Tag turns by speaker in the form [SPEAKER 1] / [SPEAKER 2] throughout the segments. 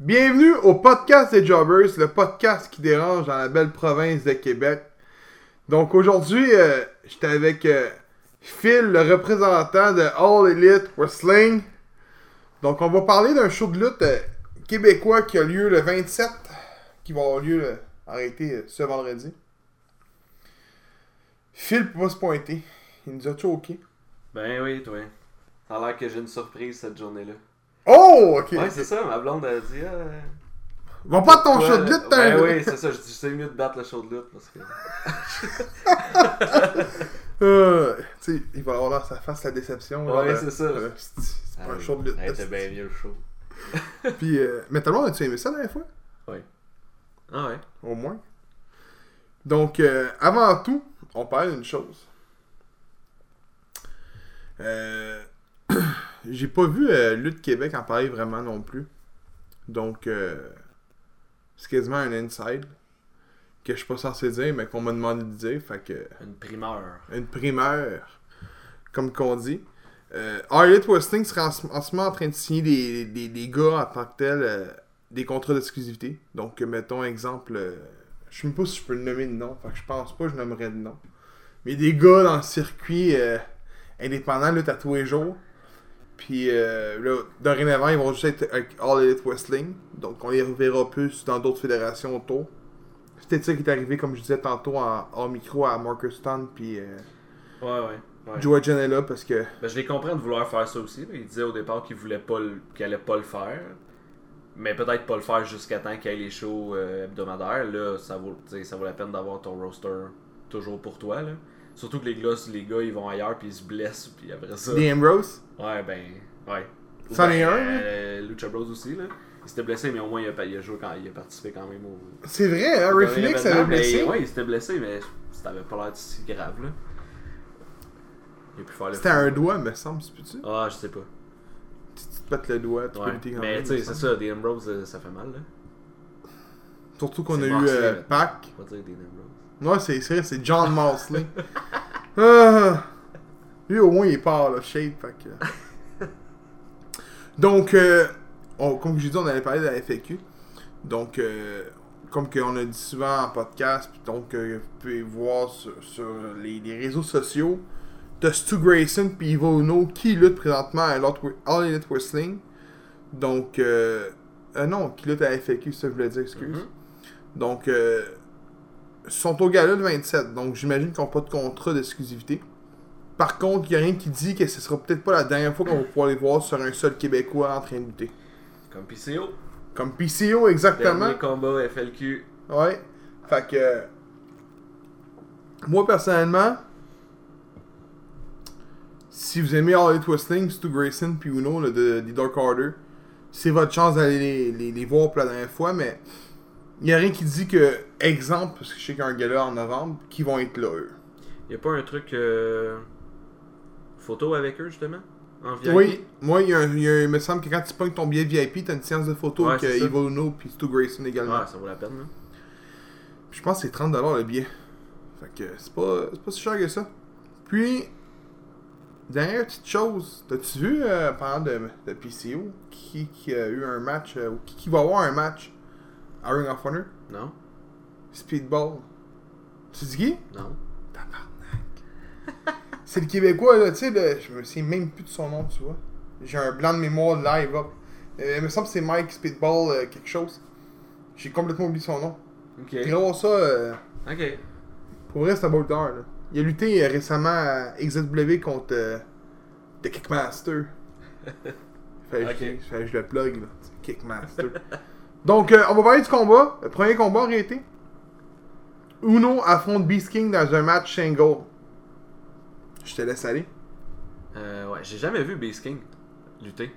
[SPEAKER 1] Bienvenue au podcast des Jobbers, le podcast qui dérange dans la belle province de Québec. Donc aujourd'hui, euh, j'étais avec euh, Phil, le représentant de All Elite Wrestling. Donc on va parler d'un show de lutte euh, québécois qui a lieu le 27, qui va avoir lieu, euh, arrêté euh, ce vendredi. Phil peut pas se pointer. Il nous a choqué.
[SPEAKER 2] Ben oui, toi. Ça a l'air que j'ai une surprise cette journée-là.
[SPEAKER 1] Oh, ok.
[SPEAKER 2] Ouais, c'est ça, ma blonde a dit. Ah,
[SPEAKER 1] Va pas ton show de lutte, hein. t'as
[SPEAKER 2] Ben
[SPEAKER 1] un-
[SPEAKER 2] oui, c'est ça, je dis c'est mieux de battre le show de lutte parce que.
[SPEAKER 1] Euh, tu sais, il va avoir là, ça fasse la déception. genre,
[SPEAKER 2] Ouais,
[SPEAKER 1] euh,
[SPEAKER 2] c'est ça.
[SPEAKER 1] euh, c'est- C'est pas un show de lutte.
[SPEAKER 2] Hey, t'es bien mieux le show.
[SPEAKER 1] Puis, euh, mais tellement, as-tu aimé ça la dernière fois
[SPEAKER 2] Ah ouais.
[SPEAKER 1] Au moins. Donc, euh, avant tout, on parle d'une chose. Euh, J'ai pas vu euh, Lutte Québec en parler vraiment non plus. Donc, euh, c'est quasiment un inside que je suis pas censé dire, mais qu'on m'a demandé de dire. Fait que.
[SPEAKER 2] Une primeur.
[SPEAKER 1] une primeur, comme qu'on dit. Euh, Harriet Westing serait en ce en ce moment en train de signer des, des, des gars en tant que tels, euh, des contrats d'exclusivité. Donc, euh, mettons exemple, euh, je sais même pas si je peux le nommer de nom, fait que je pense pas que je nommerais de nom. Mais des gars dans le circuit euh, indépendant, lutte à tous les jours. Puis euh, là, dorénavant, ils vont juste être avec All Elite Wrestling. Donc, on les reverra plus dans d'autres fédérations autour. C'était ça qui est arrivé, comme je disais tantôt, en, en micro à Marcus Town, puis euh,
[SPEAKER 2] Ouais, ouais. ouais.
[SPEAKER 1] Joe Janela parce que.
[SPEAKER 2] Ben, je les comprends de vouloir faire ça aussi. mais Il disait au départ qu'il voulait pas le- qu'il allait pas le faire. Mais peut-être pas le faire jusqu'à temps qu'il y ait les shows euh, hebdomadaires. Là, ça vaut, tu sais, ça vaut la peine d'avoir ton roster toujours pour toi. Là. Surtout que les gars, les gars, ils vont ailleurs puis ils se blessent. Puis après ça.
[SPEAKER 1] The Ambrose.
[SPEAKER 2] Ouais, ben. Ouais.
[SPEAKER 1] C'en est
[SPEAKER 2] Ben,
[SPEAKER 1] un, là.
[SPEAKER 2] euh, Lucha Bros aussi, là. Il s'était blessé, mais au moins il a, il a joué quand il a participé quand même au.
[SPEAKER 1] C'est vrai, hein,
[SPEAKER 2] au
[SPEAKER 1] Ray
[SPEAKER 2] dernier
[SPEAKER 1] Phoenix
[SPEAKER 2] événement,
[SPEAKER 1] avait
[SPEAKER 2] mais
[SPEAKER 1] blessé.
[SPEAKER 2] Ouais, il s'était blessé, mais ça avait pas l'air de si grave, là. Il a pu faire le.
[SPEAKER 1] C'était un doigt, me semble, c'est plus tu.
[SPEAKER 2] Ah, je sais pas.
[SPEAKER 1] Tu tu te pètes le doigt, tu peux
[SPEAKER 2] Ouais.
[SPEAKER 1] lutter quand
[SPEAKER 2] Mais
[SPEAKER 1] même.
[SPEAKER 2] tu sais,
[SPEAKER 1] me
[SPEAKER 2] c'est
[SPEAKER 1] semble.
[SPEAKER 2] ça, des Ambrose, euh, ça fait mal, là.
[SPEAKER 1] Surtout qu'on a
[SPEAKER 2] C'est
[SPEAKER 1] eu
[SPEAKER 2] Moxley,
[SPEAKER 1] euh,
[SPEAKER 2] là.
[SPEAKER 1] Pac.
[SPEAKER 2] On va dire des Ambrose.
[SPEAKER 1] Ouais, c'est c'est vrai, c'est John Mosley. Ah. lui, au moins, il est pas là, shape. Fait que- Donc, euh, on- comme je dit, on allait parler de la FAQ. Donc, euh, comme qu'on a dit souvent en podcast, puis donc, euh, vous pouvez voir sur, sur les, les réseaux sociaux, de Stu Grayson puis Ivo Uno qui lutte présentement à l'autre- All Elite Wrestling. Donc, euh, euh, non, qui lutte à la FAQ, ça je voulais dire, excuse.
[SPEAKER 2] Mhm.
[SPEAKER 1] Donc, euh, sont au gala le 27, donc j'imagine qu'ils n'ont pas de contrat d'exclusivité. Par contre, il n'y a rien qui dit que ce sera peut-être pas la dernière fois qu'on va pouvoir les voir sur un seul Québécois en train de lutter.
[SPEAKER 2] Comme PCO.
[SPEAKER 1] Comme PCO, exactement.
[SPEAKER 2] Dernier combat FLQ.
[SPEAKER 1] Ouais. Fait que. Moi, personnellement, si vous aimez All Elite Wrestling, Stu Grayson puis Uno là, de, des Dark Order, c'est votre chance d'aller les, les- les voir pour la dernière fois, mais il n'y a rien qui dit que, exemple, parce que je sais qu'il y a un gala en novembre, qui vont être là, eux.
[SPEAKER 2] Y a pas un truc. euh, Photo avec eux, justement En VIP
[SPEAKER 1] Oui, moi, il, y a un- il y a un- il me semble que quand tu pognes ton billet VIP, t'as une séance de photos
[SPEAKER 2] Ouais,
[SPEAKER 1] avec
[SPEAKER 2] c'est ça.
[SPEAKER 1] euh, Evil Uno puis Stu Grayson également.
[SPEAKER 2] Ouais, Ah, ça vaut la peine, là.
[SPEAKER 1] Je pense que c'est 30$ le billet. Fait que c'est pas, c'est pas si cher que ça. Puis, dernière petite chose, t'as-tu vu euh, parlant de, de PCO qui, qui a eu un match, euh, ou qui, qui va avoir un match à Ring of Honor
[SPEAKER 2] Non
[SPEAKER 1] Speedball. Tu dis qui
[SPEAKER 2] Non.
[SPEAKER 1] C'est le Québécois, là, tu sais, là, je me souviens même plus de son nom, tu vois. J'ai un blanc de mémoire live up. Euh, il me semble que c'est Mike Speedball euh, quelque chose. J'ai complètement oublié son nom.
[SPEAKER 2] Ok.
[SPEAKER 1] J'irai voir ça. euh,
[SPEAKER 2] Ok.
[SPEAKER 1] Pour vrai, c'est un boulder, là. Il a lutté euh, récemment à XW contre euh, The Kickmaster. Fait que
[SPEAKER 2] Ok.
[SPEAKER 1] je- fait que je, le plug, là. C'est Kickmaster. Donc, euh, on va parler du combat. Le premier combat aurait été Uno affronte Beast King dans un match single. Je te laisse aller.
[SPEAKER 2] Euh, ouais, j'ai jamais vu Beast King lutter.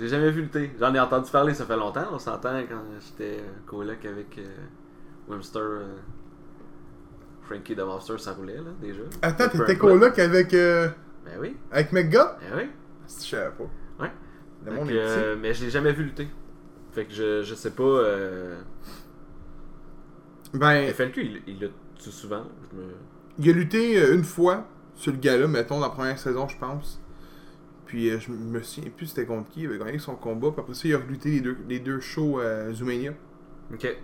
[SPEAKER 2] J'ai jamais vu lutter. J'en ai entendu parler, ça fait longtemps. On s'entend quand j'étais coloc avec euh, Wimster. euh, Frankie the Mobster, ça roulait, là, déjà.
[SPEAKER 1] Attends,
[SPEAKER 2] Peu
[SPEAKER 1] t'étais
[SPEAKER 2] importe.
[SPEAKER 1] coloc avec, euh,
[SPEAKER 2] Ben oui,
[SPEAKER 1] avec McGuff?
[SPEAKER 2] ben oui.
[SPEAKER 1] Je savais pas.
[SPEAKER 2] Ouais.
[SPEAKER 1] Le
[SPEAKER 2] Fait
[SPEAKER 1] monde
[SPEAKER 2] que,
[SPEAKER 1] est petit.
[SPEAKER 2] euh, mais je l'ai jamais vu lutter. Fait que je, je sais pas. Euh...
[SPEAKER 1] Ben,
[SPEAKER 2] FLQ, il, il lutte souvent. Je me...
[SPEAKER 1] Il a lutté euh, une fois sur le gala, mettons, dans la première saison, je pense. Puis euh, je me souviens plus c'était contre qui. Il avait gagné son combat. Puis après ça, il a reluté les deux, les deux shows à Zoomania.
[SPEAKER 2] Ok.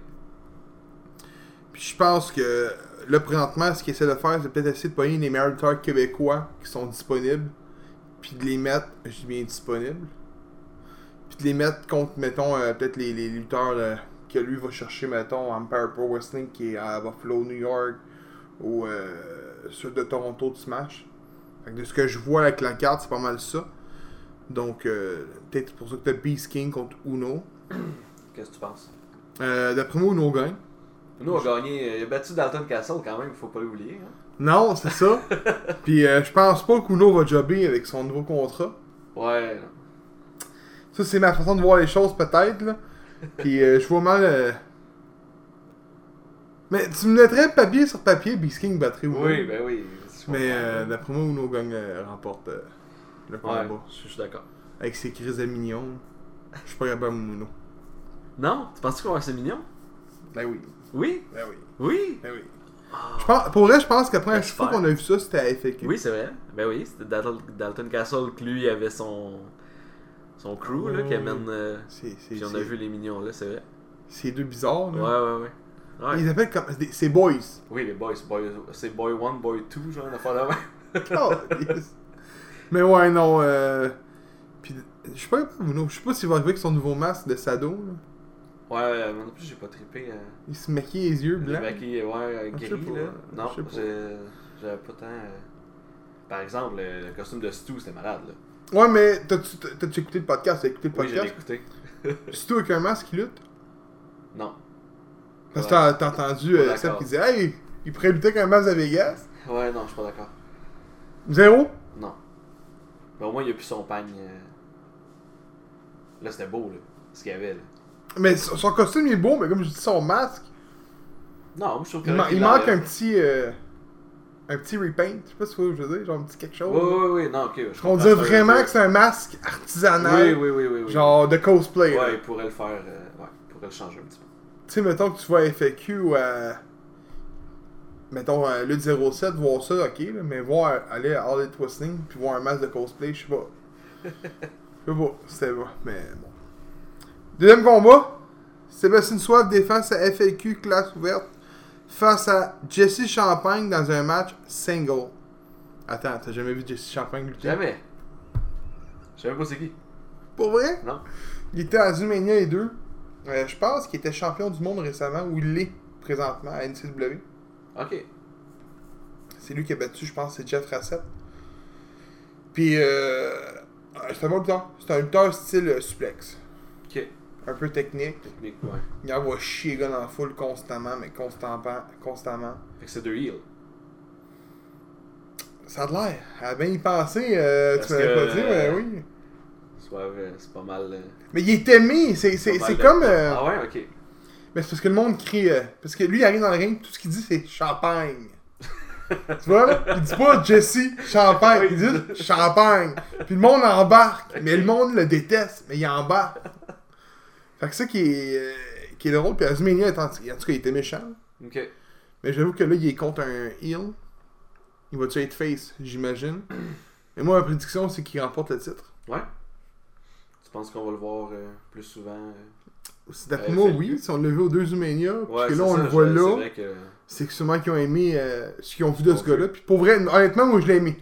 [SPEAKER 1] Puis je pense que là, présentement, ce qu'il essaie de faire, c'est peut-être essayer de pogner les meilleurs lutteurs québécois qui sont disponibles. Puis de les mettre, je dis bien disponibles. Puis de les mettre contre, mettons, euh, peut-être les, les lutteurs là, que lui va chercher, mettons, Empire Pro Wrestling qui est à Buffalo, New York ou euh, ceux de Toronto de Smash. Fait que de ce que je vois avec la carte, c'est pas mal ça. Donc, euh, peut-être pour ça que t'as Beast King contre Uno.
[SPEAKER 2] Qu'est-ce que tu penses?
[SPEAKER 1] Euh, D'après moi, Uno gagne.
[SPEAKER 2] Nous, on a gagné. euh, Il a battu Dalton Castle quand même, faut pas l'oublier. hein.
[SPEAKER 1] Non, c'est ça. Puis euh, je pense pas qu'Uno va jobber avec son nouveau contrat.
[SPEAKER 2] Ouais. non.
[SPEAKER 1] Ça, c'est ma façon de voir les choses, peut-être. là. Puis euh, je vois mal. euh, Mais tu me mettrais papier sur papier, Bisking battrait Uno.
[SPEAKER 2] Oui, ben oui. je comprends.
[SPEAKER 1] Mais euh, d'après moi, Uno gagne, euh, remporte euh, le combat.
[SPEAKER 2] Ouais, je suis- je suis d'accord.
[SPEAKER 1] Avec ses crises de mignon. Je suis pas capable, mon Uno.
[SPEAKER 2] Non? Tu penses qu'on va c'est mignon?
[SPEAKER 1] Ben oui.
[SPEAKER 2] Oui?
[SPEAKER 1] Ben oui.
[SPEAKER 2] Oui?
[SPEAKER 1] Ben oui.
[SPEAKER 2] Ah.
[SPEAKER 1] Je pense- pour vrai, je pense qu'après un fois
[SPEAKER 2] J'espère.
[SPEAKER 1] qu'on a vu ça, c'était à FAQ.
[SPEAKER 2] Oui, c'est vrai. Ben oui, c'était Dalton, Dalton Castle que lui il avait son, son crew là, qui
[SPEAKER 1] Ouais.
[SPEAKER 2] amène. euh,
[SPEAKER 1] C'est, c'est,
[SPEAKER 2] puis on a
[SPEAKER 1] c'est-
[SPEAKER 2] vu les mignons là, c'est vrai.
[SPEAKER 1] c'est deux bizarres.
[SPEAKER 2] Ouais,
[SPEAKER 1] Là.
[SPEAKER 2] ouais, ouais. Ouais.
[SPEAKER 1] Ils appellent comme. c'est- C'est Boys.
[SPEAKER 2] Oui, les boys, boys c'est boy 1, boy 2, genre, une affaire de même.
[SPEAKER 1] Calisse. Mais ouais, non. Euh... Puis, je sais pas, Bruno, je sais pas s'il va arriver avec son nouveau masque de Sado. Là.
[SPEAKER 2] Ouais, euh, moi non plus, j'ai pas trippé. Euh,
[SPEAKER 1] Il se maquille les yeux
[SPEAKER 2] le
[SPEAKER 1] blancs.
[SPEAKER 2] maquis, ouais, euh,
[SPEAKER 1] Ah, je
[SPEAKER 2] gris,
[SPEAKER 1] sais pas,
[SPEAKER 2] là.
[SPEAKER 1] euh,
[SPEAKER 2] Non,
[SPEAKER 1] je sais pas.
[SPEAKER 2] j'ai- j'avais pas tant. euh, Par exemple, le, le costume de Stu, c'était malade, là.
[SPEAKER 1] Ouais, mais t'as-tu t'as-tu écouté le podcast? T'as écouté le
[SPEAKER 2] Oui, j'ai
[SPEAKER 1] podcast?
[SPEAKER 2] écouté.
[SPEAKER 1] C'est toi avec un masque qui lutte?
[SPEAKER 2] Non.
[SPEAKER 1] Parce que
[SPEAKER 2] Ouais.
[SPEAKER 1] t'as- t'as entendu
[SPEAKER 2] Pas
[SPEAKER 1] euh,
[SPEAKER 2] d'accord.
[SPEAKER 1] Seb qui disait Hey, il pourrait lutter avec un masque à Vegas.
[SPEAKER 2] Ouais, non, je suis pas d'accord.
[SPEAKER 1] Zéro?
[SPEAKER 2] Non. Mais au moins, il y a plus son pagne. euh. Là, c'était beau, là. Ce qu'il y avait, là.
[SPEAKER 1] Mais son son costume il est beau, mais comme je dis, son masque.
[SPEAKER 2] Non, moi, je trouve que.
[SPEAKER 1] Il, man- il manque un petit. euh, un petit repaint, je sais pas si vous voyez ce que je veux dire, genre un petit quelque chose.
[SPEAKER 2] Oui, oui, oui, non, ok. Je
[SPEAKER 1] On
[SPEAKER 2] comprends
[SPEAKER 1] dirait
[SPEAKER 2] ce veut
[SPEAKER 1] vraiment
[SPEAKER 2] dire.
[SPEAKER 1] que c'est un masque artisanal,
[SPEAKER 2] Ah, Oui, oui, oui, oui. oui.
[SPEAKER 1] genre de cosplay. là.
[SPEAKER 2] Ouais, il pourrait le faire. euh, Ouais, il pourrait le changer un petit peu.
[SPEAKER 1] Tu sais, mettons que tu vas à FAQ ou à. Mettons, à Lutte 07, voir ça, ok, là, mais voir aller à All It Wrestling puis voir un masque de cosplay, je sais pas. Je sais pas, c'est bon, mais bon. Deuxième combat Sébastien Soif défend sa FAQ classe ouverte face à Jesse Champagne dans un match single. Attends, t'as jamais vu Jesse Champagne lutter
[SPEAKER 2] Jamais. Je sais même pas c'est qui.
[SPEAKER 1] Pour vrai
[SPEAKER 2] Non.
[SPEAKER 1] Il était à Zumania et 2. Euh, je pense qu'il était champion du monde récemment, ou il l'est présentement à NCW.
[SPEAKER 2] Ok.
[SPEAKER 1] C'est lui qui a battu, je pense, c'est Jeff Rassett. Puis, euh, c'est un bon lutteur. C'est un lutteur style euh, suplex.
[SPEAKER 2] Ok.
[SPEAKER 1] Un peu technique.
[SPEAKER 2] Technique, ouais.
[SPEAKER 1] Il envoie chier les gars dans la foule constamment, mais constamment. constamment.
[SPEAKER 2] Fait que c'est deux heals.
[SPEAKER 1] Ça a de l'air. Ah ben, y penser, euh,
[SPEAKER 2] Parce
[SPEAKER 1] tu m'avais
[SPEAKER 2] que,
[SPEAKER 1] pas dit, mais
[SPEAKER 2] euh,
[SPEAKER 1] oui.
[SPEAKER 2] Soit, euh, c'est pas mal. euh,
[SPEAKER 1] Mais il est aimé. C'est c'est-
[SPEAKER 2] pas
[SPEAKER 1] c'est
[SPEAKER 2] mal de-
[SPEAKER 1] comme. euh,
[SPEAKER 2] Ah ouais, ok.
[SPEAKER 1] Mais c'est parce que le monde crie. euh, parce que lui, il arrive dans le ring, tout ce qu'il dit, c'est champagne. tu vois, là? il dit pas Jesse, champagne. Il dit champagne. Puis le monde embarque. Mais le monde le déteste, mais il embarque. Fait que ça qui est, euh, qui est drôle. Puis Azumania, en, en tout cas, il était méchant.
[SPEAKER 2] Ok.
[SPEAKER 1] Mais j'avoue que là, il est contre un heel. Il va tuer être face, j'imagine. Mais moi, ma prédiction, c'est qu'il remporte le titre.
[SPEAKER 2] Ouais. Tu penses qu'on va le voir euh, plus souvent euh?
[SPEAKER 1] C'est D'après
[SPEAKER 2] Euh,
[SPEAKER 1] moi,
[SPEAKER 2] fait-
[SPEAKER 1] oui. Si on l'a vu aux deux Zumania,
[SPEAKER 2] Ouais,
[SPEAKER 1] puis
[SPEAKER 2] c'est
[SPEAKER 1] que là, on
[SPEAKER 2] ça,
[SPEAKER 1] le
[SPEAKER 2] je-
[SPEAKER 1] voit là.
[SPEAKER 2] C'est vrai que.
[SPEAKER 1] c'est que sûrement qu'ils ont aimé euh, ce qu'ils ont vu de ce
[SPEAKER 2] Ok.
[SPEAKER 1] gars-là. Puis pour vrai, honnêtement, moi je l'ai aimé.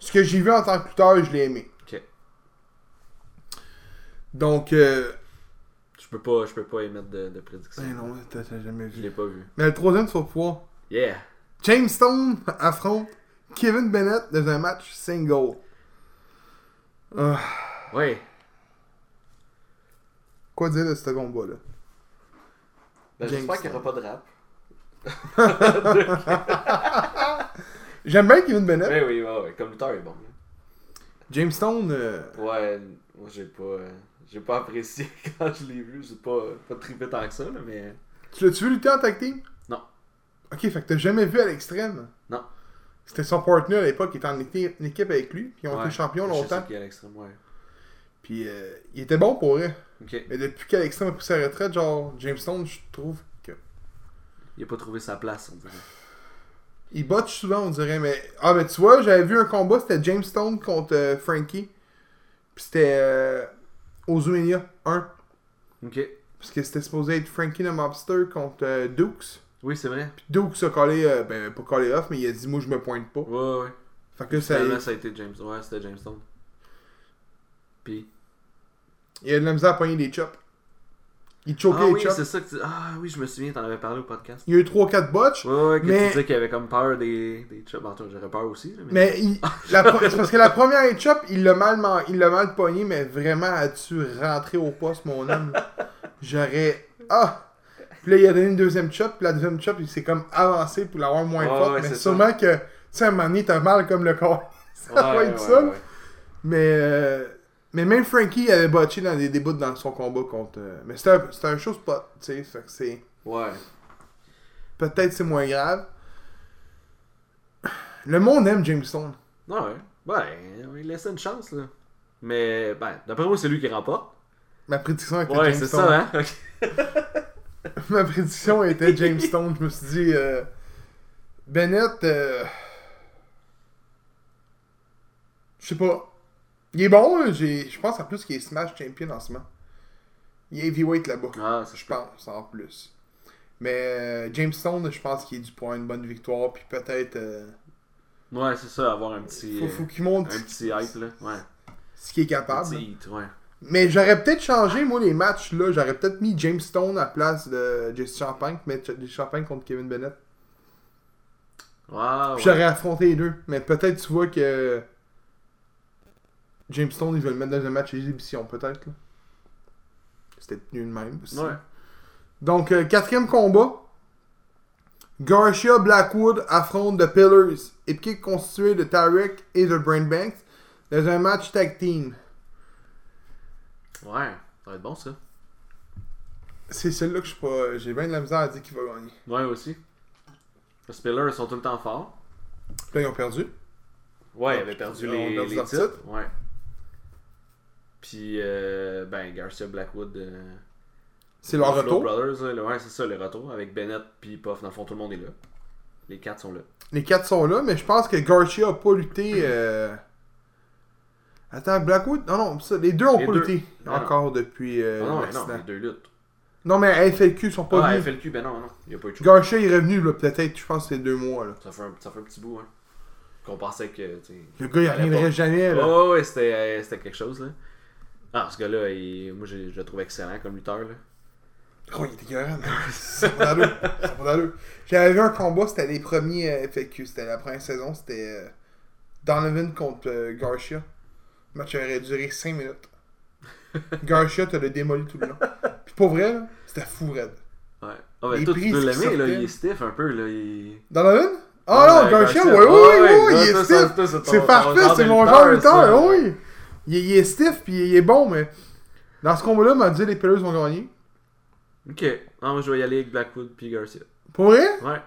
[SPEAKER 1] Ce que j'ai vu en tant que lutteur, je l'ai aimé.
[SPEAKER 2] Ok.
[SPEAKER 1] Donc, euh,
[SPEAKER 2] Je peux pas, je peux pas émettre de, de prédiction.
[SPEAKER 1] eh non, t'as t'as jamais
[SPEAKER 2] Je
[SPEAKER 1] vu.
[SPEAKER 2] l'ai pas vu.
[SPEAKER 1] Mais le troisième, tu vas pouvoir.
[SPEAKER 2] Yeah.
[SPEAKER 1] James Stone affronte Kevin Bennett dans un match single. Ah,
[SPEAKER 2] Ouais.
[SPEAKER 1] quoi dire de ce combat-là?
[SPEAKER 2] Ben,
[SPEAKER 1] James
[SPEAKER 2] J'espère qu'il n'y aura pas de rap.
[SPEAKER 1] J'aime bien Kevin Bennett.
[SPEAKER 2] Ben oui, ouais, ouais. Comme lutteur est bon. là.
[SPEAKER 1] James Stone, euh,
[SPEAKER 2] Ouais, moi j'ai pas. euh, J'ai pas apprécié quand je l'ai vu. J'ai pas, pas trippé tant que ça, là, mais.
[SPEAKER 1] tu l'as-tu vu lutter en tag team?
[SPEAKER 2] Non.
[SPEAKER 1] Ok, fait que t'as jamais vu à l'extrême.
[SPEAKER 2] Non.
[SPEAKER 1] C'était son partner à l'époque, il était en équipe une équipe avec lui, puis ils ont
[SPEAKER 2] Ouais.
[SPEAKER 1] été champions
[SPEAKER 2] Je sais
[SPEAKER 1] longtemps.
[SPEAKER 2] qu'il y a l'extrême, ouais.
[SPEAKER 1] Puis euh, il était bon pour vrai.
[SPEAKER 2] Ok.
[SPEAKER 1] Mais depuis qu'Alexandre a pris sa retraite, genre, James Stone, je trouve que.
[SPEAKER 2] Il a pas trouvé sa place, on dirait.
[SPEAKER 1] Il botche souvent, on dirait, mais. Ah, mais tu vois, j'avais vu un combat, c'était James Stone contre euh, Frankie. Puis c'était euh, Ozumania 1.
[SPEAKER 2] Ok.
[SPEAKER 1] Parce que c'était supposé être Frankie the Mobster contre euh, Dukes.
[SPEAKER 2] Oui, c'est vrai.
[SPEAKER 1] Puis Dukes a collé, euh, ben pas collé off, mais il a dit Moi je me pointe pas.
[SPEAKER 2] Ouais, ouais, ouais.
[SPEAKER 1] Fait que là, ça,
[SPEAKER 2] Finalement, ça a été James. Ouais, c'était James Stone. Puis.
[SPEAKER 1] il a de la misère à pogner des chops. Il choquait
[SPEAKER 2] ah
[SPEAKER 1] les
[SPEAKER 2] oui,
[SPEAKER 1] chops.
[SPEAKER 2] c'est ça que tu. Ah oui, je me souviens, t'en avais parlé au podcast.
[SPEAKER 1] Il y a eu 3-4 botches.
[SPEAKER 2] Ouais, ouais, que
[SPEAKER 1] Mais-
[SPEAKER 2] tu disais qu'il y avait comme peur des, des chops. En tout cas, j'aurais peur aussi. là, mais...
[SPEAKER 1] Mais il- la pro- c'est parce que la première head chop, il l'a mal, man- il l'a mal pogné, mais vraiment, as-tu rentré au poste, mon homme J'aurais. Ah Puis là, il a donné une deuxième chop, puis la deuxième chop, il s'est comme avancé pour l'avoir moins
[SPEAKER 2] Ouais,
[SPEAKER 1] forte.
[SPEAKER 2] ouais,
[SPEAKER 1] mais
[SPEAKER 2] c'est
[SPEAKER 1] sûrement que, tu sais, à un moment donné, t'as mal comme le corps. ça va être ça. là. Mais, euh, mais même Frankie il avait botché dans des débuts dans son combat contre. euh, Mais c'était un, c'était un show spot, tu sais. Fait que c'est.
[SPEAKER 2] Ouais.
[SPEAKER 1] Peut-être c'est moins grave. Le monde aime James Stone.
[SPEAKER 2] Ouais, ouais. Ben, il laissait une chance, là. Mais, ben, d'après moi, c'est lui qui remporte.
[SPEAKER 1] Ma prédiction avec
[SPEAKER 2] Ouais,
[SPEAKER 1] James
[SPEAKER 2] c'est
[SPEAKER 1] Stone.
[SPEAKER 2] ça, hein. Ok.
[SPEAKER 1] Ma prédiction était James Stone. Je me suis dit, euh, Bennett, euh, je sais pas. Il est bon, hein, j'ai- je pense en plus qu'il est Smash Champion en ce moment. Il est heavyweight là-bas,
[SPEAKER 2] Ah, ça,
[SPEAKER 1] je pense, en plus. Mais euh, James Stone, je pense qu'il est dû pour une bonne victoire, puis peut-être... euh,
[SPEAKER 2] Ouais, c'est ça, avoir un petit.
[SPEAKER 1] faut,
[SPEAKER 2] euh,
[SPEAKER 1] faut qu'il monte
[SPEAKER 2] Un petit hype, là. Ouais.
[SPEAKER 1] ce qu'il est
[SPEAKER 2] Un
[SPEAKER 1] capable.
[SPEAKER 2] petit hit, ouais.
[SPEAKER 1] Mais j'aurais peut-être changé, moi, les matchs, là. J'aurais peut-être mis James Stone à place de Jesse Champagne, mais Ch- Champagne contre Kevin Bennett.
[SPEAKER 2] Ouais,
[SPEAKER 1] Puis
[SPEAKER 2] Ah ouais.
[SPEAKER 1] J'aurais affronté les deux. Mais peut-être tu vois que James Stone, il veut le mettre dans un match exhibition, peut-être. là. C'était tenu de même. aussi.
[SPEAKER 2] Ouais.
[SPEAKER 1] Donc, euh, quatrième combat. Garcia Blackwood affronte The Pillars, équipe constituée de Tarek et de Brain Banks, dans un match tag team.
[SPEAKER 2] Ouais. Ça va être bon, ça.
[SPEAKER 1] C'est celui-là que je suis pas. J'ai bien de la misère à dire qu'il va gagner.
[SPEAKER 2] Ouais, aussi. Les Spillers sont tout le temps forts.
[SPEAKER 1] Puis Là, ils ont perdu.
[SPEAKER 2] Ouais,
[SPEAKER 1] Ah,
[SPEAKER 2] il avait perdu
[SPEAKER 1] ils ont
[SPEAKER 2] les,
[SPEAKER 1] perdu
[SPEAKER 2] les
[SPEAKER 1] leur
[SPEAKER 2] titres.
[SPEAKER 1] titre.
[SPEAKER 2] Ouais. Puis, euh, ben, Garcia Blackwood. euh,
[SPEAKER 1] C'est leur
[SPEAKER 2] Buffalo
[SPEAKER 1] retour.
[SPEAKER 2] Brothers, euh, le- ouais, c'est ça, le retour. Avec Bennett puis Puff. Dans le fond, tout le monde est là. Les quatre sont là.
[SPEAKER 1] Les quatre sont là, mais je pense que Garcia a pas lutté. euh, Attends, Blackwood Non, non, ça, les deux ont
[SPEAKER 2] Les
[SPEAKER 1] pas
[SPEAKER 2] deux.
[SPEAKER 1] lutté
[SPEAKER 2] Non,
[SPEAKER 1] encore depuis euh,
[SPEAKER 2] Ah non, mais non,
[SPEAKER 1] l'accident.
[SPEAKER 2] les deux luttes.
[SPEAKER 1] Non, mais FLQ sont pas
[SPEAKER 2] Ah,
[SPEAKER 1] venus.
[SPEAKER 2] FLQ, ben non, non. Il n'y a pas eu de choix.
[SPEAKER 1] Garcia est revenu, là, peut-être, je pense, c'est deux mois. Là.
[SPEAKER 2] Ça fait, un, ça fait un petit bout, hein. Qu'on pensait que. tu sais,
[SPEAKER 1] Le gars, il
[SPEAKER 2] Elle est
[SPEAKER 1] reviendrait
[SPEAKER 2] pas-
[SPEAKER 1] jamais. Là.
[SPEAKER 2] Oh, ouais, c'était euh, c'était quelque chose, là. Ah, ce gars-là, il- moi, je, je le trouve excellent comme lutteur, là.
[SPEAKER 1] Oh, il était écœurant. C'est pas d'allure. C'est pas d'allure. J'avais vu un combat, c'était les premiers euh, FAQ. C'était la première saison, c'était euh, Donovan contre euh, Garcia. Le match aurait duré 5 minutes. Garcia, t'as le démoli tout le long. Puis pour vrai, là, c'était fou, raide.
[SPEAKER 2] Ouais. Ah, ben,
[SPEAKER 1] Les
[SPEAKER 2] toi, tu dois
[SPEAKER 1] prises qui
[SPEAKER 2] l'aimer, là.
[SPEAKER 1] sortaient.
[SPEAKER 2] Il est stiff un peu, là. Il...
[SPEAKER 1] Donovan Ah non,
[SPEAKER 2] Ouais,
[SPEAKER 1] Garcia, oui, oui,
[SPEAKER 2] Garcia. Ouais,
[SPEAKER 1] oui,
[SPEAKER 2] ouais,
[SPEAKER 1] oui, il
[SPEAKER 2] toi,
[SPEAKER 1] est
[SPEAKER 2] ça,
[SPEAKER 1] stiff.
[SPEAKER 2] toi, ton-
[SPEAKER 1] C'est
[SPEAKER 2] ton
[SPEAKER 1] parfait,
[SPEAKER 2] genre
[SPEAKER 1] c'est
[SPEAKER 2] de
[SPEAKER 1] mon genre de
[SPEAKER 2] ça.
[SPEAKER 1] lutteur, oui. Il, est- il est stiff, puis il est bon, mais. Dans ce combat-là, m'a dit les Pelleuses vont gagner.
[SPEAKER 2] Ok. Ah, moi, je vais y aller avec Blackwood puis Garcia.
[SPEAKER 1] Pour vrai
[SPEAKER 2] Ouais.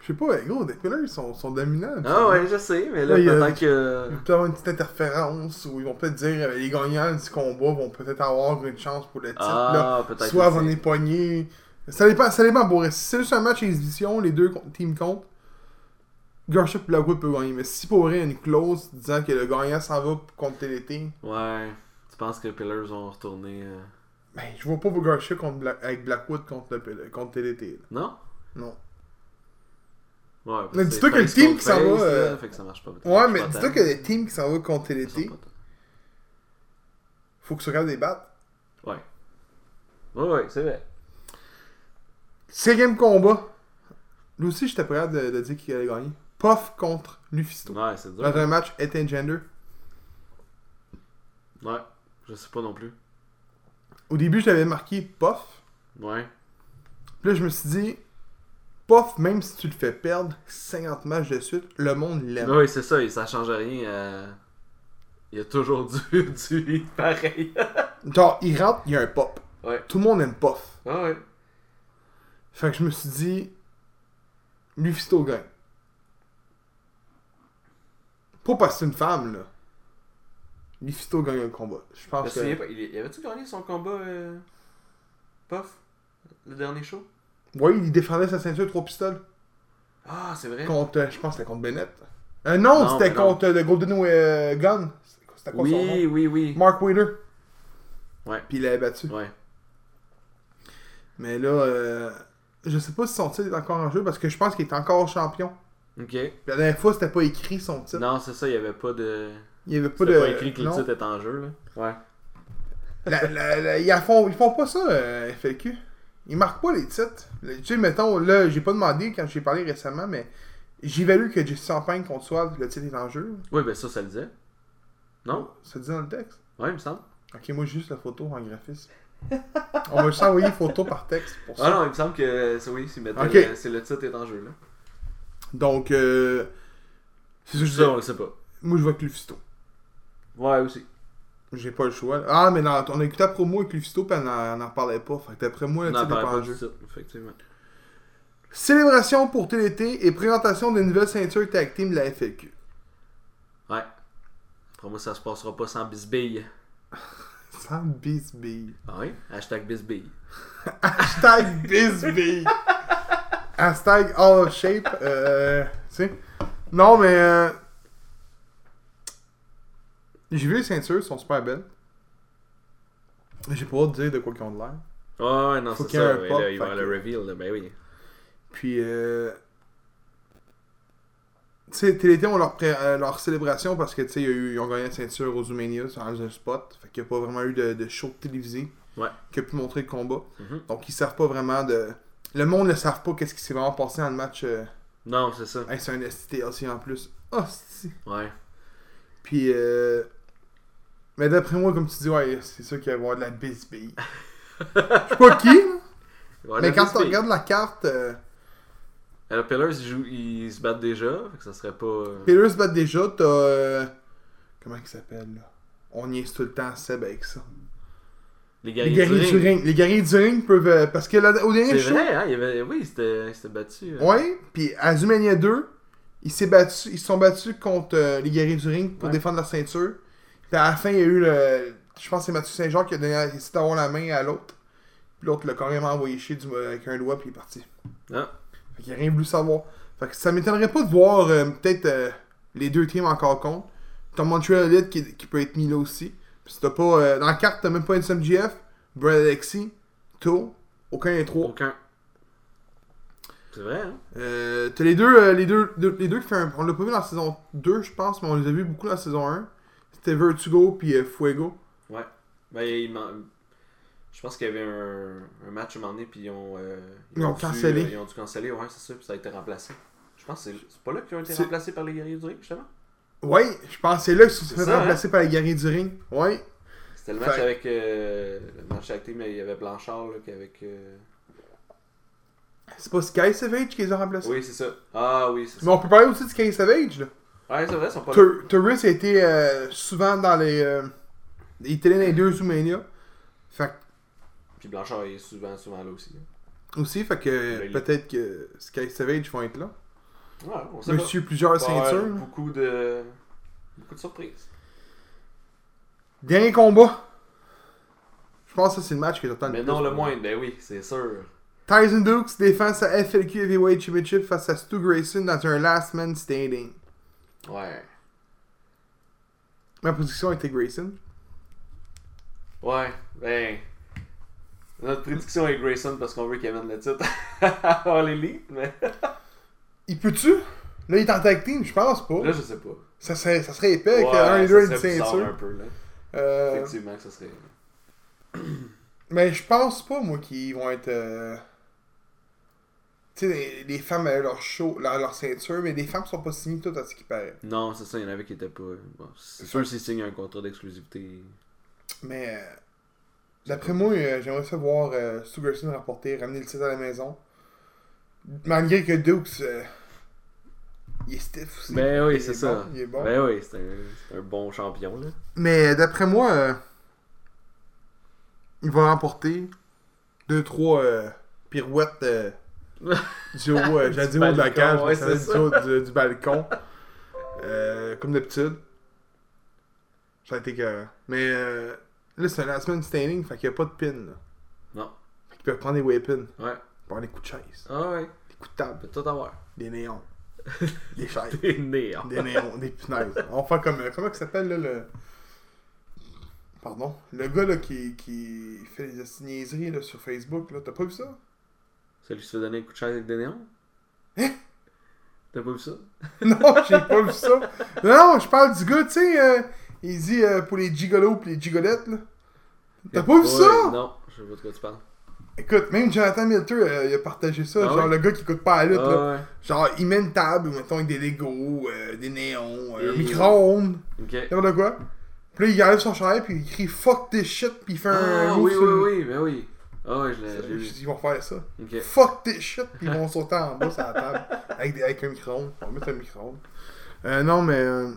[SPEAKER 1] Je sais pas, gros, les Pelleuses sont, sont dominants.
[SPEAKER 2] Ah, ouais, je sais, mais là,
[SPEAKER 1] Ouais, il y a-
[SPEAKER 2] peut-être que.
[SPEAKER 1] Ils vont peut-être avoir une petite interférence où ils vont peut-être dire euh, les gagnants du combat vont peut-être avoir une chance pour le titre. là.
[SPEAKER 2] Ah, peut-être.
[SPEAKER 1] Soit
[SPEAKER 2] aussi.
[SPEAKER 1] on est pogné. Ça dépend, ça dépend Boris. Si c'est juste un match exhibition, les deux com- teams comptent, Gershop et Blackwood peuvent gagner. Mais si pour vrai, il y a une clause disant que le gagnant s'en va contre TLT,
[SPEAKER 2] Ouais. Tu penses que Pillars vont retourner. euh,
[SPEAKER 1] ben, je vois pas pour Gershop contre Bla- avec Blackwood contre, le- contre TLT. là.
[SPEAKER 2] Non?
[SPEAKER 1] Non.
[SPEAKER 2] Ouais. parce
[SPEAKER 1] Mais
[SPEAKER 2] que
[SPEAKER 1] dis-toi
[SPEAKER 2] c'est
[SPEAKER 1] que le
[SPEAKER 2] face
[SPEAKER 1] team
[SPEAKER 2] contre
[SPEAKER 1] qui s'en va,
[SPEAKER 2] face,
[SPEAKER 1] euh,
[SPEAKER 2] là, Fait que ça marche pas.
[SPEAKER 1] Ouais,
[SPEAKER 2] peut-être.
[SPEAKER 1] mais
[SPEAKER 2] Pas
[SPEAKER 1] dis-toi
[SPEAKER 2] tant.
[SPEAKER 1] que le team qui s'en va contre
[SPEAKER 2] Ils sont
[SPEAKER 1] TLT,
[SPEAKER 2] pas tant.
[SPEAKER 1] faut que tu regardes les battes.
[SPEAKER 2] Ouais. Ouais, ouais, c'est vrai.
[SPEAKER 1] Cinquième combat. Lui aussi, j'étais prêt de, de dire qu'il allait gagner. Puff contre Lufisto.
[SPEAKER 2] Ouais, c'est dur.
[SPEAKER 1] Dans un match Ethan Gender.
[SPEAKER 2] Ouais. Je sais pas non plus.
[SPEAKER 1] Au début, j'avais marqué Puff.
[SPEAKER 2] Ouais.
[SPEAKER 1] Puis là, je me suis dit, Puff, même si tu le fais perdre 50 matchs de suite, le monde l'aime.
[SPEAKER 2] Oui, c'est ça, et ça change rien. euh, Il y a toujours du, du hit pareil.
[SPEAKER 1] Genre, il rentre, il y a un pop.
[SPEAKER 2] Ouais.
[SPEAKER 1] Tout le monde aime Puff.
[SPEAKER 2] Ah ouais.
[SPEAKER 1] Fait que je me suis dit, Lufisto gagne. Pas parce que c'est une femme, là. Lufisto gagne le combat. Je pense
[SPEAKER 2] Parce qu'il y
[SPEAKER 1] que.
[SPEAKER 2] avait- il y avait-tu gagné son combat, euh... Puff Le dernier show
[SPEAKER 1] Oui, il défendait sa ceinture trois pistoles.
[SPEAKER 2] Ah, c'est vrai.
[SPEAKER 1] Contre, euh, je pense que c'était contre Bennett. Euh, non,
[SPEAKER 2] Non,
[SPEAKER 1] c'était
[SPEAKER 2] mais non.
[SPEAKER 1] contre euh, le Golden euh, Gun. C'est quoi, C'était quoi son nom
[SPEAKER 2] Oui, oui, oui.
[SPEAKER 1] Mark Wheeler.
[SPEAKER 2] Ouais.
[SPEAKER 1] Puis il l'avait battu.
[SPEAKER 2] Ouais.
[SPEAKER 1] Mais là, euh, je sais pas si son titre est encore en jeu parce que je pense qu'il est encore champion.
[SPEAKER 2] Ok.
[SPEAKER 1] La dernière fois, c'était pas écrit son titre.
[SPEAKER 2] Non, c'est ça, il n'y avait pas de.
[SPEAKER 1] Il y avait pas
[SPEAKER 2] C'était
[SPEAKER 1] de.
[SPEAKER 2] pas écrit que le
[SPEAKER 1] non.
[SPEAKER 2] titre était en jeu, là. Ouais.
[SPEAKER 1] La- la- la- ils, la font, ils font pas ça, euh, FLQ. Ils marquent pas les titres. Le- tu sais, mettons, là, j'ai pas demandé quand j'ai parlé récemment, mais j'évalue que Jesse Champagne contre Swab, le titre est en jeu.
[SPEAKER 2] Oui, ben ça, ça le disait. Non?
[SPEAKER 1] Ça dit dans le texte.
[SPEAKER 2] Ouais, il me semble.
[SPEAKER 1] Ok, moi, j'ai juste la photo en graphisme. On va juste envoyer photo par texte pour ça.
[SPEAKER 2] Ah non, il me semble que c'est oui, c'est mettait
[SPEAKER 1] Ok.
[SPEAKER 2] le, c'est le titre est en jeu, là.
[SPEAKER 1] Donc, euh, c'est ça que je
[SPEAKER 2] Ça,
[SPEAKER 1] dis.
[SPEAKER 2] on le sait pas.
[SPEAKER 1] Moi, je vois Clufisto.
[SPEAKER 2] Ouais, aussi.
[SPEAKER 1] J'ai pas le choix. Ah, mais dans- on a écouté la promo avec Clufisto, puis on en- on en parlait pas. Fait que d'après moi,
[SPEAKER 2] On
[SPEAKER 1] le
[SPEAKER 2] n'en
[SPEAKER 1] titre est
[SPEAKER 2] parlait
[SPEAKER 1] pas
[SPEAKER 2] pas
[SPEAKER 1] en
[SPEAKER 2] du
[SPEAKER 1] jeu.
[SPEAKER 2] titre, effectivement.
[SPEAKER 1] Célébration pour TLT et présentation des nouvelles ceintures tag team de la FLQ.
[SPEAKER 2] Ouais. Après moi, ça se passera pas sans bisbille.
[SPEAKER 1] Sans bisbille.
[SPEAKER 2] Ah oui? Hashtag bisbille.
[SPEAKER 1] Hashtag bisbille. Hashtag all of shape. Euh, tu sais. Non, mais. euh, J'ai vu les ceintures, elles sont super belles. J'ai pas hâte de dire de quoi qu'ils ont de l'air.
[SPEAKER 2] Ouais, ouais, non,
[SPEAKER 1] Faut
[SPEAKER 2] c'est
[SPEAKER 1] qu'il y ait
[SPEAKER 2] ça.
[SPEAKER 1] un
[SPEAKER 2] ouais,
[SPEAKER 1] pop,
[SPEAKER 2] là, il va
[SPEAKER 1] fait
[SPEAKER 2] y avoir
[SPEAKER 1] que-
[SPEAKER 2] le reveal, là, ben oui.
[SPEAKER 1] Puis, euh... tu sais, Téléthon ont leur, pré- euh, leur célébration parce que, tu sais, il y a eu- ils ont gagné la ceinture aux Zoomania sur un spot. Fait qu'il n'y a pas vraiment eu de, de show télévisé
[SPEAKER 2] Ouais.
[SPEAKER 1] qui a pu montrer le combat.
[SPEAKER 2] Mhm.
[SPEAKER 1] Donc, ils savent pas vraiment de. Le monde ne savent pas qu'est-ce qui s'est vraiment passé dans le match. euh,
[SPEAKER 2] Non, c'est ça.
[SPEAKER 1] hey, c'est un STLC en plus. Hostie.
[SPEAKER 2] Ouais.
[SPEAKER 1] Puis, euh... Mais d'après moi, comme tu dis, ouais, c'est sûr qu'il va y avoir de la bisbille. Je sais pas qui, là,
[SPEAKER 2] Il va y avoir
[SPEAKER 1] mais
[SPEAKER 2] le
[SPEAKER 1] quand tu
[SPEAKER 2] bisbille.
[SPEAKER 1] regardes la carte, euh...
[SPEAKER 2] Alors, Pillars, ils, jouent- ils se battent déjà, fait que ça serait pas. euh,
[SPEAKER 1] Pillars se bat déjà, t'as. euh, Comment il s'appelle là On y est tout le temps Seb avec ça.
[SPEAKER 2] Les
[SPEAKER 1] Les
[SPEAKER 2] guerriers
[SPEAKER 1] guerriers du ring. Les guerriers du ring peuvent. euh, Parce que là, au dernier
[SPEAKER 2] C'est
[SPEAKER 1] show.
[SPEAKER 2] vrai, hein? Il y avait... Oui, ils s'étaient ils s'étaient battus. euh.
[SPEAKER 1] Ouais, puis à Zumania 2, ils s'est battu- ils se sont battus contre euh, les guerriers du ring pour
[SPEAKER 2] Ouais.
[SPEAKER 1] défendre leur ceinture. Puis à la fin, il y a eu le. Je pense que c'est Mathieu Saint-Jean qui a donné essayé d'avoir la main à l'autre. Puis l'autre l'a carrément envoyé chier du- avec un doigt, puis il est parti.
[SPEAKER 2] Ah.
[SPEAKER 1] Fait qu'il a rien voulu savoir. Fait que ça m'étonnerait pas de voir euh, peut-être euh, les deux teams encore contre. T'as Montreal Elite qui, qui peut être mis là aussi. Puis si t'as pas. euh, dans la carte, t'as même pas SMGF, Brad Alexi, To, aucun des trois.
[SPEAKER 2] Aucun. C'est vrai, hein?
[SPEAKER 1] Euh, t'as les deux, euh, les deux, deux- les deux qui fait un- on l'a pas vu dans la saison 2 je pense, mais on les a vu beaucoup dans la saison 1. C'était Vertigo puis euh, Fuego.
[SPEAKER 2] Ben, il m'en- Je pense qu'il y avait un, un match à un moment donné, puis ils ont. euh,
[SPEAKER 1] Ils ont
[SPEAKER 2] dû- euh,
[SPEAKER 1] cancellé.
[SPEAKER 2] ils ont dû canceller, ouais, c'est ça, puis ça a été remplacé. Je pense que c'est c'est pas là qu'ils ont été
[SPEAKER 1] C'est-
[SPEAKER 2] remplacés par les guerriers du ring, justement.
[SPEAKER 1] Ouais, je pense que c'est là qu'ils se sont
[SPEAKER 2] C'est
[SPEAKER 1] fait
[SPEAKER 2] ça, hein?
[SPEAKER 1] remplacer par les guerriers du ring. Ouais.
[SPEAKER 2] C'était le match
[SPEAKER 1] Fait-
[SPEAKER 2] avec. euh, le match avec mais il y avait Blanchard, là, qui avec. euh,
[SPEAKER 1] C'est pas Sky Savage qui les a remplacés.
[SPEAKER 2] Oui, c'est ça. Ah oui, c'est ça.
[SPEAKER 1] Mais on peut parler aussi de Sky Savage là.
[SPEAKER 2] Ouais, c'est vrai, ils sont pas là.
[SPEAKER 1] Tur- Turris a été euh, souvent dans les. euh, il était là dans les deux Zoomania. Fait
[SPEAKER 2] Puis Blanchard est souvent, souvent là aussi. là.
[SPEAKER 1] que- aussi, fait que
[SPEAKER 2] Ben, il-
[SPEAKER 1] peut-être que Sky Savage vont être là.
[SPEAKER 2] Ouais, on sait pas. Bah, euh,
[SPEAKER 1] Monsieur plusieurs
[SPEAKER 2] Il va y avoir
[SPEAKER 1] ceintures.
[SPEAKER 2] Beaucoup de. Beaucoup de surprises.
[SPEAKER 1] Dernier combat. Je pense que ça, c'est le match que j'attends le
[SPEAKER 2] Mais
[SPEAKER 1] plus.
[SPEAKER 2] non, le moindre, ben oui, c'est sûr.
[SPEAKER 1] Tyson Dukes défend sa FLQ Heavyweight Championship face à Stu Grayson dans un Last Man Standing.
[SPEAKER 2] Ouais.
[SPEAKER 1] Ma position était Grayson.
[SPEAKER 2] Ouais, ben. Notre prédiction est Grayson parce qu'on veut qu'il amène le titre à All Elite, mais.
[SPEAKER 1] Il peut-tu? Là, il est en tag team, je pense pas.
[SPEAKER 2] Là, je sais pas.
[SPEAKER 1] Ça serait, ça serait épais avec Oh. un
[SPEAKER 2] ça
[SPEAKER 1] des deux ait une
[SPEAKER 2] serait bizarre un
[SPEAKER 1] ceinture.
[SPEAKER 2] peu, là.
[SPEAKER 1] Euh,
[SPEAKER 2] Effectivement, que ça serait.
[SPEAKER 1] mais je pense pas, moi, qu'ils vont être... euh, Tu sais, les, les femmes avaient leur, show, leur, leur ceinture, mais les femmes sont pas signées toutes à ce qui paraît.
[SPEAKER 2] Non, c'est ça, il y en avait qui étaient pas. Bon, c'est
[SPEAKER 1] C'est
[SPEAKER 2] sûr s'ils signent un contrat d'exclusivité.
[SPEAKER 1] Mais euh, d'après moi, euh, j'aimerais ça voir euh, Stu Grayson rapporter, ramener le titre à la maison. Malgré que Dukes, euh, il est stiff aussi.
[SPEAKER 2] Ben oui,
[SPEAKER 1] Il
[SPEAKER 2] c'est
[SPEAKER 1] est
[SPEAKER 2] ça.
[SPEAKER 1] bon, il est bon.
[SPEAKER 2] Ben oui, c'est un, c'est un bon champion, là.
[SPEAKER 1] Mais euh, d'après moi, euh, il va remporter 2-3 pirouettes euh, du haut, euh, j'allais dire haut de la
[SPEAKER 2] balcon,
[SPEAKER 1] cage, mais
[SPEAKER 2] ouais,
[SPEAKER 1] ça
[SPEAKER 2] c'est
[SPEAKER 1] reste du haut du, du balcon. Euh, comme d'habitude. Ça a été que. Mais euh, là, c'est un last man standing, fait qu'il n'y a pas de pin. Là.
[SPEAKER 2] Non.
[SPEAKER 1] Fait qu'ils peuvent prendre des weapons.
[SPEAKER 2] Ouais.
[SPEAKER 1] Prendre des coups de chaise,
[SPEAKER 2] Ah ouais,
[SPEAKER 1] des coups de table,
[SPEAKER 2] peut tout avoir.
[SPEAKER 1] des néons, des chaises,
[SPEAKER 2] T'es né, hein.
[SPEAKER 1] des néons, des punaises. On va faire comme. euh, comment ça s'appelle là, le. Pardon. Le gars là, qui, qui fait les esti de niaiseries là, sur Facebook, là, t'as pas vu ça?
[SPEAKER 2] Celui qui se fait donner un coup de chaise avec des néons?
[SPEAKER 1] Hein?
[SPEAKER 2] T'as pas vu ça?
[SPEAKER 1] Non, j'ai pas vu ça. Non, je parle du gars, tu sais, euh, il dit euh, pour les gigolos pis les gigolettes, là. T'as pas vu ça?
[SPEAKER 2] Non, je sais pas de quoi tu parles.
[SPEAKER 1] Écoute, même Jonathan Milter, euh, il a partagé ça,
[SPEAKER 2] Ah
[SPEAKER 1] genre
[SPEAKER 2] ouais?
[SPEAKER 1] le gars qui coûte pas la lutte, là.
[SPEAKER 2] Ah
[SPEAKER 1] Genre, il met une table, mettons, avec des Legos, euh, des néons, euh, un
[SPEAKER 2] Et-
[SPEAKER 1] micro-ondes,
[SPEAKER 2] ouais. Ok.
[SPEAKER 1] n'importe quoi. Puis là, il enlève son chandail, puis il crie « Fuck this shit », puis il fait un...
[SPEAKER 2] Ah
[SPEAKER 1] move
[SPEAKER 2] oui,
[SPEAKER 1] sur
[SPEAKER 2] oui,
[SPEAKER 1] le-
[SPEAKER 2] oui, ben oui. Ah ouais, je l'ai je l'ai
[SPEAKER 1] Je
[SPEAKER 2] vu.
[SPEAKER 1] dis, ils vont faire Euh, ça.
[SPEAKER 2] Ok.
[SPEAKER 1] Fuck this shit, puis ils vont sauter en bas sur la table avec, des- avec un micro-ondes. On va mettre un micro-ondes. Euh, non, mais... euh,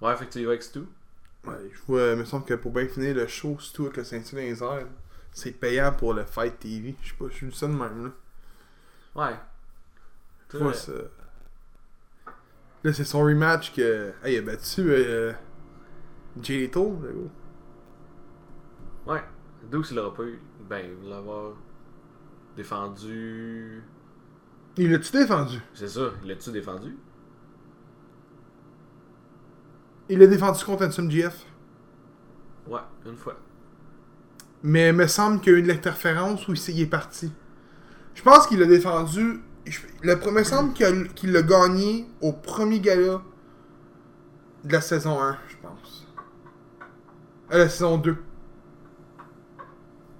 [SPEAKER 2] Ouais, fait que tu y vas avec tout.
[SPEAKER 1] ouais, je vois, il me semble que pour bien finir le show, c'est tout avec le ceinture dans les airs. C'est payant pour le Fight TV. Je sais pas, je suis le seul de même, là.
[SPEAKER 2] Ouais.
[SPEAKER 1] Je
[SPEAKER 2] Toi,
[SPEAKER 1] vois ça. Là, c'est son rematch que... Hey, il a battu... Euh... Jay Lethal, le gars.
[SPEAKER 2] euh, Ouais. D'où il l'aura pas eu? Ben, il l'avoir défendu.
[SPEAKER 1] Il l'a-tu défendu?
[SPEAKER 2] C'est ça, il l'a-tu défendu?
[SPEAKER 1] Il l'a défendu contre Ansem GF.
[SPEAKER 2] Ouais, une fois.
[SPEAKER 1] Mais il me semble qu'il y a eu de l'interférence ou il s'est- il est parti. Je pense qu'il l'a défendu. je- Le, premier- il me semble qu'il a- qu'il l'a gagné au premier gala de la saison 1, je pense. À la saison 2.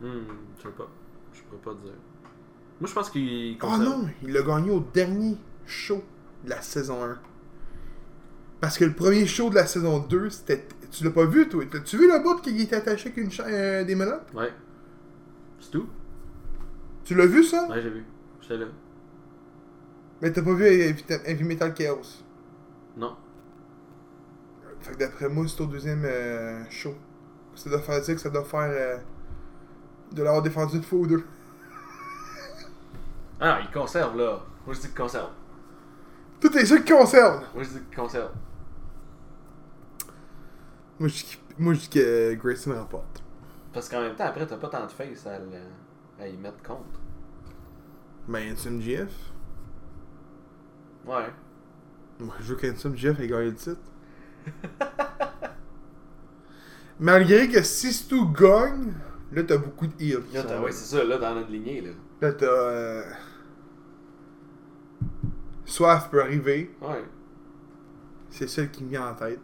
[SPEAKER 2] Hum, je sais pas. Je pourrais pas te dire. Moi, je pense qu'il.
[SPEAKER 1] Oh non, il l'a gagné au dernier show de la saison 1. Parce que le premier show de la saison 2, c'était. Tu l'as pas vu, toi T'as-tu vu le bout qu'il était attaché avec une cha- euh, des menottes
[SPEAKER 2] Ouais. C'est tout?
[SPEAKER 1] Tu l'as vu ça
[SPEAKER 2] Ouais, j'ai vu. J'étais là.
[SPEAKER 1] Mais t'as pas vu Heavy Heavy Metal Chaos.
[SPEAKER 2] Non.
[SPEAKER 1] Fait que d'après moi, c'est au deuxième euh, show. Ça doit faire dire que ça doit faire. euh, de l'avoir défendu une fois ou deux.
[SPEAKER 2] Ah, il conserve, là. Moi, je dis qu'il conserve.
[SPEAKER 1] Tout est ça qui concerne
[SPEAKER 2] Moi, je dis qu'il conserve.
[SPEAKER 1] Moi, je dis qu'il- moi, je dis que Grayson remporte.
[SPEAKER 2] Parce qu'en même temps, après, t'as pas tant de face à, le- à y mettre contre.
[SPEAKER 1] Mais Handsome GF
[SPEAKER 2] Ouais.
[SPEAKER 1] Moi, je veux qu'Handsome GF ait gagné le titre. Malgré que si Stu gagne, là, t'as beaucoup de heals. qui
[SPEAKER 2] Là,
[SPEAKER 1] sont
[SPEAKER 2] t'as-
[SPEAKER 1] là.
[SPEAKER 2] ouais, c'est ça, là, dans notre lignée, là.
[SPEAKER 1] Là, t'as. euh, Soif peut arriver.
[SPEAKER 2] Ouais.
[SPEAKER 1] C'est celle qui me vient en tête.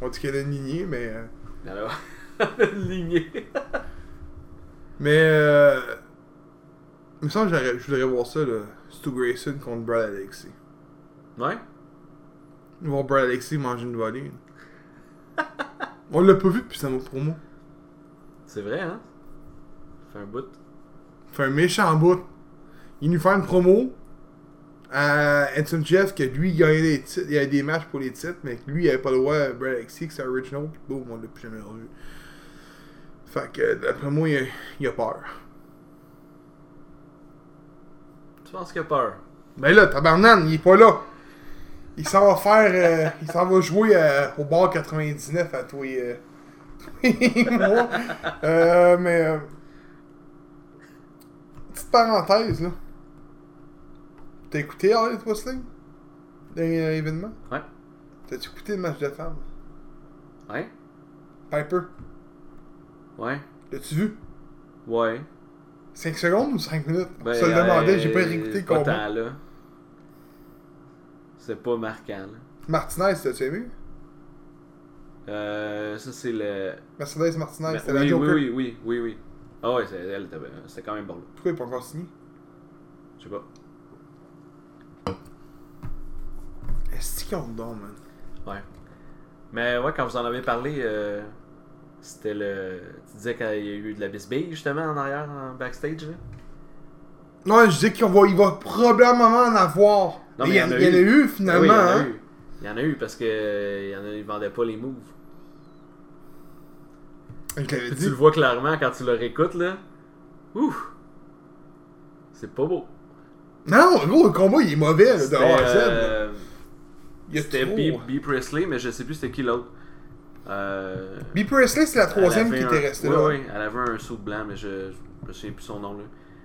[SPEAKER 1] On dit qu'elle a une lignée, mais. euh,
[SPEAKER 2] Mais Alors, notre lignée.
[SPEAKER 1] Mais. Euh, il me semble que j'aurais- je voudrais voir ça, là. Stu Grayson contre Brad Alexi.
[SPEAKER 2] Ouais?
[SPEAKER 1] Voir Brad Alexi manger une volée. On l'a pas vu depuis sa promo.
[SPEAKER 2] C'est vrai, hein? Fait un bout.
[SPEAKER 1] Fait un méchant bout. Il nous fait une promo à Anson Jeff que lui, il gagnait des titres, il y avait des matchs pour les titres, mais que lui, il avait pas le droit à Brad Alexi, que c'est original. Puis boum, on l'a plus jamais revu. Fait que, d'après moi, il a, il a peur.
[SPEAKER 2] Tu penses qu'il a peur?
[SPEAKER 1] Ben là, Tabarnan, il est pas là. Il s'en va faire. euh, il s'en va jouer euh, au bar 99 à tous les, euh, tous les mois. Euh, mais. euh, petite parenthèse, là. T'as écouté All Elite Wrestling Dernier euh, événement
[SPEAKER 2] Ouais.
[SPEAKER 1] T'as-tu écouté le match de femmes
[SPEAKER 2] Ouais?
[SPEAKER 1] Piper,
[SPEAKER 2] Ouais?
[SPEAKER 1] l'as-tu vu
[SPEAKER 2] Ouais.
[SPEAKER 1] 5 secondes ou 5 minutes On
[SPEAKER 2] Ben,
[SPEAKER 1] se le demandait, j'ai pas
[SPEAKER 2] euh,
[SPEAKER 1] réécouté le
[SPEAKER 2] pas
[SPEAKER 1] combat.
[SPEAKER 2] tant, là. C'est pas marquant, là.
[SPEAKER 1] Martinez, t'as-tu aimé
[SPEAKER 2] Euh, ça, c'est le.
[SPEAKER 1] Mercedes Martinez,
[SPEAKER 2] Mais-
[SPEAKER 1] c'était la
[SPEAKER 2] Ben, oui,
[SPEAKER 1] Joker.
[SPEAKER 2] oui, oui, oui, oui, oui. Ah ouais, c'est- elle, était- c'était quand même bon, là.
[SPEAKER 1] Pourquoi il est pas encore signé
[SPEAKER 2] Je sais pas.
[SPEAKER 1] Est-ce qu'on donne, man
[SPEAKER 2] Ouais. Mais ouais, quand vous en avez parlé, euh, c'était le. Tu disais qu'il y a eu de la bisbille justement en arrière, en backstage. Là.
[SPEAKER 1] Non, je dis qu'il va, il va probablement en avoir. Mais
[SPEAKER 2] Non, mais
[SPEAKER 1] il y en a, eu. finalement.
[SPEAKER 2] Ah Oui, il
[SPEAKER 1] hein.
[SPEAKER 2] y en a eu. Il y en a eu parce que euh, il y en a, ils vendaient pas les moves.
[SPEAKER 1] Je l'avais
[SPEAKER 2] Puis
[SPEAKER 1] dit.
[SPEAKER 2] tu le vois clairement quand tu le réécoutes là. Ouf! C'est pas beau.
[SPEAKER 1] Non, gros, le combat il est mauvais là, de
[SPEAKER 2] C'était,
[SPEAKER 1] A à Z. là.
[SPEAKER 2] euh,
[SPEAKER 1] Il y a
[SPEAKER 2] C'était
[SPEAKER 1] trop. hein.
[SPEAKER 2] B, B. Presley, mais je sais plus c'était qui l'autre. Euh,
[SPEAKER 1] B. Presley, c'est la
[SPEAKER 2] elle
[SPEAKER 1] troisième
[SPEAKER 2] avait
[SPEAKER 1] qui
[SPEAKER 2] un-
[SPEAKER 1] était restée
[SPEAKER 2] oui,
[SPEAKER 1] là.
[SPEAKER 2] Oui, elle avait un saut blanc, mais je, je me souviens plus son nom là.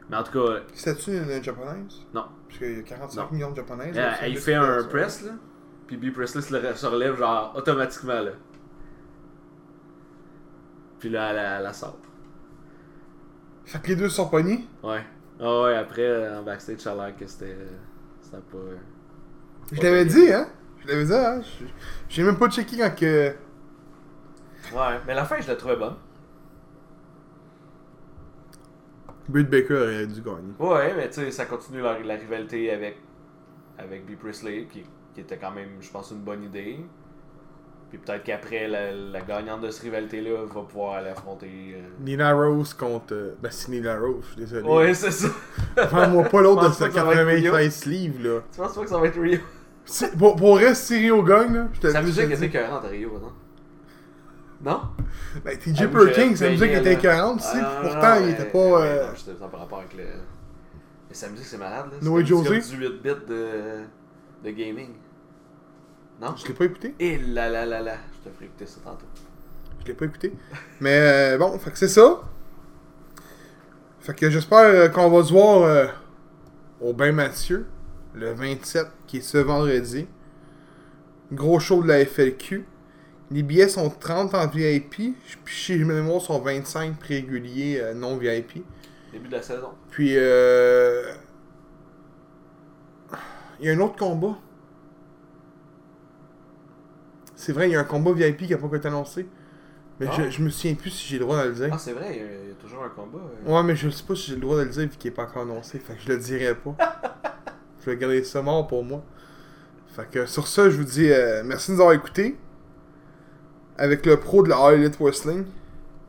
[SPEAKER 2] Mais en tout cas,
[SPEAKER 1] C'était-tu une, une euh, japonaise
[SPEAKER 2] non.
[SPEAKER 1] Parce qu'il y a 45
[SPEAKER 2] Non.
[SPEAKER 1] millions de japonaises.
[SPEAKER 2] Elle,
[SPEAKER 1] là, c'est
[SPEAKER 2] elle
[SPEAKER 1] juste
[SPEAKER 2] fait
[SPEAKER 1] une
[SPEAKER 2] un
[SPEAKER 1] personne.
[SPEAKER 2] press, là. Puis B. Presley se, le- se relève, genre, automatiquement, là. Puis là, elle, la- elle la sort.
[SPEAKER 1] Fait que les deux sont pognés.
[SPEAKER 2] Ouais. Ah ouais, après, euh, en backstage, ça a l'air que c'était. C'était pas. euh,
[SPEAKER 1] Je
[SPEAKER 2] pas
[SPEAKER 1] l'avais
[SPEAKER 2] payé.
[SPEAKER 1] dit, hein. Je l'avais dit, hein. Je- J'ai même pas checké quand que.
[SPEAKER 2] Ouais, mais la fin, je la trouvais bonne.
[SPEAKER 1] Britt Baker aurait dû gagner.
[SPEAKER 2] Ouais, mais tu sais, ça continue la, la rivalité avec, avec B. Priestley, qui, qui était quand même, je pense, une bonne idée. Puis peut-être qu'après, la, la gagnante de cette rivalité-là va pouvoir aller affronter. euh,
[SPEAKER 1] Nina Rose contre. euh, Ben, c'est Nina Rose, je suis désolé.
[SPEAKER 2] Ouais, c'est ça.
[SPEAKER 1] Prends-moi pas l'autre de
[SPEAKER 2] Je pense pas que ça va être
[SPEAKER 1] 95 livres, là.
[SPEAKER 2] tu penses pas que ça va être Rio?
[SPEAKER 1] C'est- Pour, pour rester Rio Gang, là, je te
[SPEAKER 2] Sa
[SPEAKER 1] je te
[SPEAKER 2] musique
[SPEAKER 1] dis.
[SPEAKER 2] était écœurante à Rio, par exemple. Non?
[SPEAKER 1] Ben,
[SPEAKER 2] Ah,
[SPEAKER 1] TJ
[SPEAKER 2] oui,
[SPEAKER 1] Perkins, sa
[SPEAKER 2] j'avais
[SPEAKER 1] musique
[SPEAKER 2] peigné,
[SPEAKER 1] était
[SPEAKER 2] là.
[SPEAKER 1] 40, tu
[SPEAKER 2] Ah,
[SPEAKER 1] sais,
[SPEAKER 2] non, non,
[SPEAKER 1] puis pourtant,
[SPEAKER 2] non,
[SPEAKER 1] il
[SPEAKER 2] mais-
[SPEAKER 1] était pas.
[SPEAKER 2] mais
[SPEAKER 1] euh,
[SPEAKER 2] non, je te- ça par rapport avec le. Mais sa musique, c'est malade, là.
[SPEAKER 1] Noé
[SPEAKER 2] C'est comme-
[SPEAKER 1] José.
[SPEAKER 2] c'est comme du 8 bits de, de gaming. Non? Eh,
[SPEAKER 1] Je l'ai pas écouté.
[SPEAKER 2] Et là là là là, je te ferai écouter ça tantôt.
[SPEAKER 1] Je l'ai pas écouté. Mais euh, bon, fait que c'est ça. Fait que j'espère euh, qu'on va se voir euh, au Bain Mathieu le 27, qui est ce vendredi. Gros show de la FLQ. Les billets sont 30 en VIP, puis chez mes mémoires sont 25 prix réguliers euh, non VIP.
[SPEAKER 2] Début de la saison.
[SPEAKER 1] Puis euh... il y a un autre combat. C'est vrai, il y a un combat VIP qui a pas été annoncé. Mais
[SPEAKER 2] Ah.
[SPEAKER 1] je, je me souviens plus si j'ai le droit de le dire.
[SPEAKER 2] Ah, c'est vrai, il y a- il y, a toujours un combat. euh.
[SPEAKER 1] Ouais, mais je sais pas si j'ai le droit de le dire vu qu'il est pas encore annoncé. Fait que je le dirai pas. je vais garder ça mort pour moi. Fait que sur ça, je vous dis euh, merci de nous avoir écoutés. Avec le pro de la All Elite Wrestling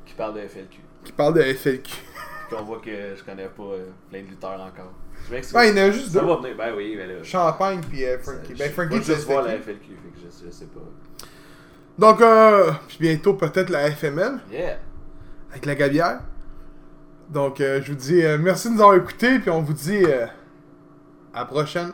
[SPEAKER 2] Qui parle de FLQ.
[SPEAKER 1] qui parle de FLQ.
[SPEAKER 2] Puis qu'on voit que je connais pas euh, plein de lutteurs encore. Je m'excuse.
[SPEAKER 1] Ben, il y en a juste deux.
[SPEAKER 2] ça va venir. Ben oui, mais là.
[SPEAKER 1] Champagne puis euh,
[SPEAKER 2] ça-
[SPEAKER 1] Frankie.
[SPEAKER 2] je-
[SPEAKER 1] Ben,
[SPEAKER 2] je
[SPEAKER 1] Frankie,
[SPEAKER 2] vais
[SPEAKER 1] c'est
[SPEAKER 2] juste voir la
[SPEAKER 1] FLQ.
[SPEAKER 2] FLQ, fait que je, je sais pas.
[SPEAKER 1] Donc, euh, puis bientôt peut-être la FML
[SPEAKER 2] Yeah!
[SPEAKER 1] avec la Gabière. Donc, euh, je vous dis euh, merci de nous avoir écoutés, puis on vous dit euh, à la prochaine.